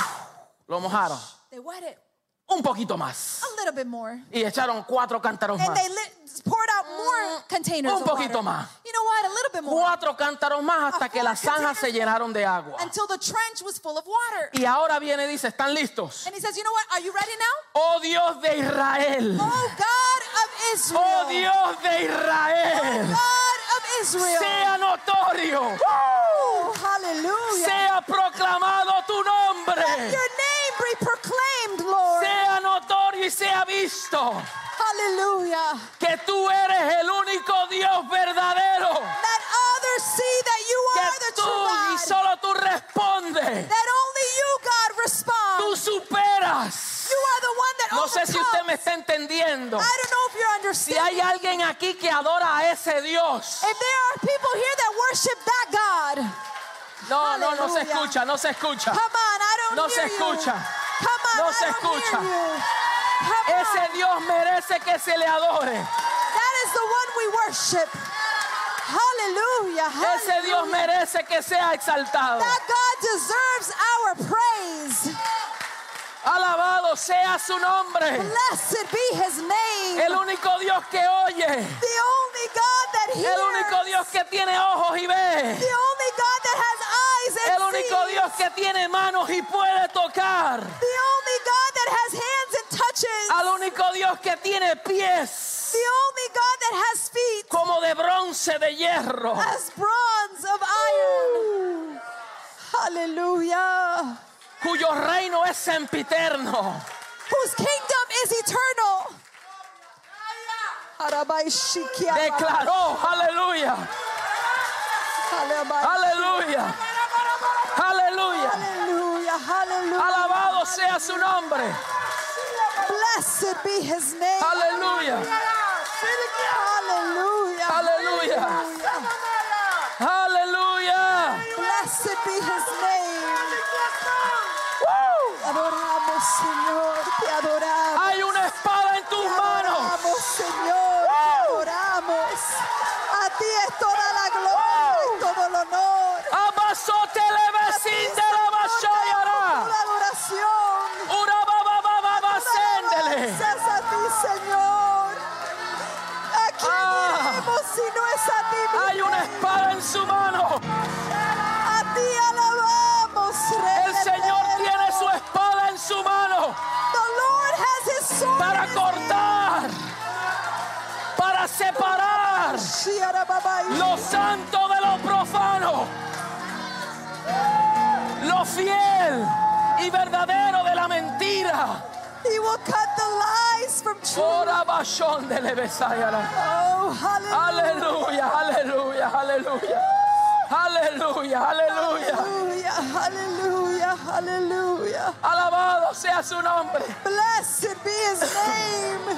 B: Lo mojaron
A: They wet it
B: un poquito más.
A: a little bit more.
B: Y echaron cuatro cántaros
A: And
B: más.
A: they lit, poured out more containers
B: Mm. un
A: of water.
B: poquito más.
A: You know what? A little bit more.
B: Cuatro cántaros más hasta que
A: Ah,
B: las zanjas se llenaron de agua.
A: Until the trench was full of water.
B: Y ahora viene y dice, ¿están listos?
A: And he says, you know what? Are you ready now?
B: Oh Dios de Israel.
A: Oh God of Israel.
B: Oh Dios de Israel.
A: God of Israel.
B: Sea notorio.
A: Oh, hallelujah.
B: Sea proclamado tu nombre.
A: Your name be proclaimed, Lord.
B: Sea notorio y sea visto
A: Hallelujah.
B: que tú eres el único Dios verdadero.
A: That others see that you are the
B: Que tú
A: true God.
B: y solo tú respondes.
A: That only you, God, respond.
B: Tú superas.
A: You are the one that
B: No sé si usted me
A: overcomes.
B: está entendiendo.
A: I don't know if you're
B: Si hay
A: understanding.
B: alguien aquí que adora a ese Dios.
A: If there are people here that worship that God,
B: No, no, no se
A: Aleluya.
B: escucha, no se escucha.
A: come on, I don't
B: No se
A: hear you.
B: escucha.
A: Come on,
B: No
A: I
B: se
A: don't
B: escucha.
A: hear you. Come on,
B: Ese Dios merece que se le adore.
A: that is the one we worship. Hallelujah.
B: Ese Dios
A: hallelujah.
B: merece que sea exaltado.
A: That God deserves our praise.
B: Alabado sea su nombre.
A: Blessed be his name.
B: El único Dios que oye.
A: The only God that hears.
B: El único Dios que tiene ojos y ve.
A: The only God that has eyes and
B: El único
A: sees.
B: Dios que tiene manos y puede tocar.
A: The only God that has hands and touches.
B: Al único Dios que tiene pies
A: The only God that has feet
B: como de bronce de hierro.
A: as bronze of iron. Hallelujah.
B: Cuyo reino es sempiterno.
A: Whose kingdom is eternal.
B: Declaró, aleluya, aleluya, aleluya.
A: Hallelujah. Hallelujah.
B: Alabado sea su nombre.
A: Blessed be his name.
B: Aleluya,
A: Hallelujah.
B: Hallelujah.
A: Hallelujah.
B: aleluya.
A: Blessed be his name. Te adoramos, Señor. Te adoramos.
B: Hay una espada en tus
A: Te
B: manos.
A: adoramos, Señor. Te adoramos. A ti es toda la gloria, es todo el honor.
B: Abasote
A: A ti, Señor,
B: le de la
A: te damos toda adoración.
B: Ura ba ba ba ba séndele.
A: Gracias a ti, Señor. ¿A quién
B: Ah.
A: iremos si no es a ti, mi
B: Hay una
A: Rey?
B: espada en su mano.
A: A ti alabamos.
B: separar lo santo de lo profano, lo fiel y verdadero de la mentira.
A: He will cut the lies from truth.
B: Ora bashon de lebesayara.
A: Oh, hallelujah.
B: Aleluya, aleluya, aleluya. Aleluya, aleluya.
A: Hallelujah. Hallelujah. Hallelujah.
B: Alabado sea su nombre.
A: Blessed be his *coughs* name.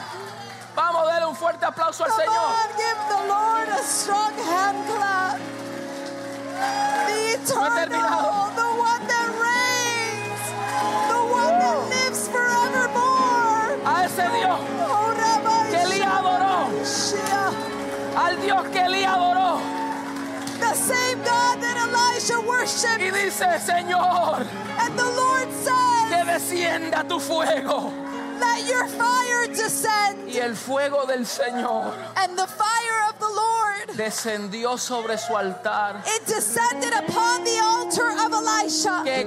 B: Vamos a darle un fuerte aplauso al
A: Come
B: Señor.
A: on, give the Lord a strong hand clap. The eternal,
B: terminado.
A: the one that reigns, the one that lives forevermore.
B: A ese Dios
A: Oh, Rabbi
B: que Elías adoró.
A: Shia,
B: Al Dios que Elías adoró.
A: the same God that Elijah worshipped,
B: Y dice, Señor,
A: and the Lord says,
B: que descienda tu fuego.
A: Let your fire descend.
B: Y el fuego del Señor
A: And the fire of the Lord,
B: descendió sobre su altar.
A: it descended upon the altar of Elisha
B: Que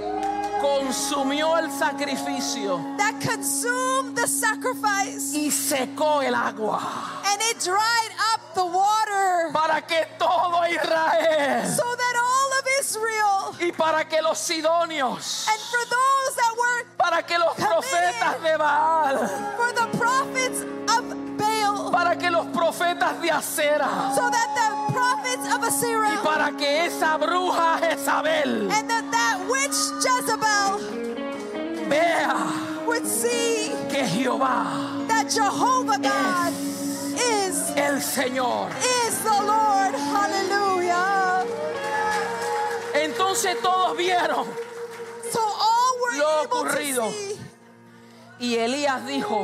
B: consumió el sacrificio.
A: that consumed the sacrifice.
B: Y secó el agua.
A: and it dried up the water
B: para que todo Israel
A: so that all of Israel
B: y para que los sidonios,
A: and for those that were
B: para que los profetas de Baal,
A: for the prophets of Baal
B: para que los profetas de Acera
A: so that the prophets of
B: y
A: Assyria
B: para que esa bruja Jezabel
A: and that that witch
B: vea
A: Jezebel would see
B: que Jehová,
A: that Jehovah God is
B: el Señor.
A: is the Lord hallelujah
B: Entonces todos vieron
A: so all were
B: Lo
A: able
B: ocurrido.
A: to see
B: y Elías dijo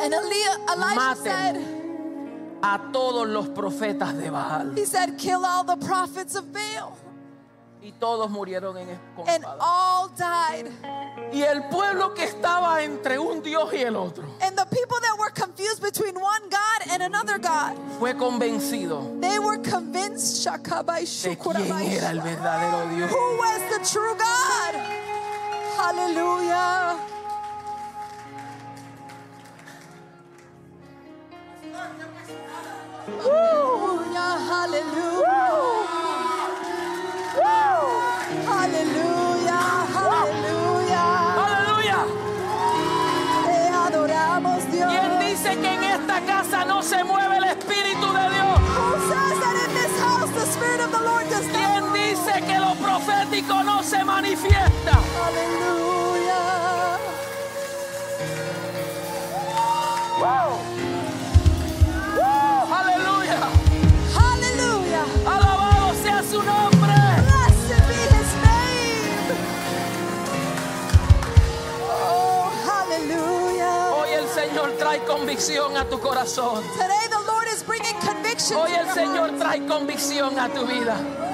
A: and Eli- Elijah
B: Maten.
A: said
B: a todos los profetas de Baal
A: he said kill all the prophets of Baal
B: y todos murieron en con
A: and
B: espada.
A: all died
B: Y el pueblo que estaba entre un Dios y el otro
A: And the people that were confused between one God and another God,
B: fue convencido
A: they were convinced Shakabai
B: de quién era el
A: Shukurabai.
B: verdadero Dios.
A: Who was the true God? Hallelujah. Woo. Yeah, hallelujah. Hallelujah. Hallelujah.
B: Aleluya.
A: Te adoramos,
B: ¿Quién
A: Dios.
B: dice que en esta casa no se mueve el Espíritu de Dios?
A: Who says that in this house the Spirit of the Lord does not
B: ¿Quién dice que lo profético no se manifiesta?
A: Hallelujah.
B: Aleluya.
A: Hallelujah.
B: Alabado sea su nombre.
A: Blessed be his name. Oh, hallelujah.
B: Hoy el Señor trae convicción a tu corazón.
A: Today the Lord is bringing conviction
B: Hoy
A: to
B: el
A: your
B: Señor
A: heart.
B: trae convicción a tu vida.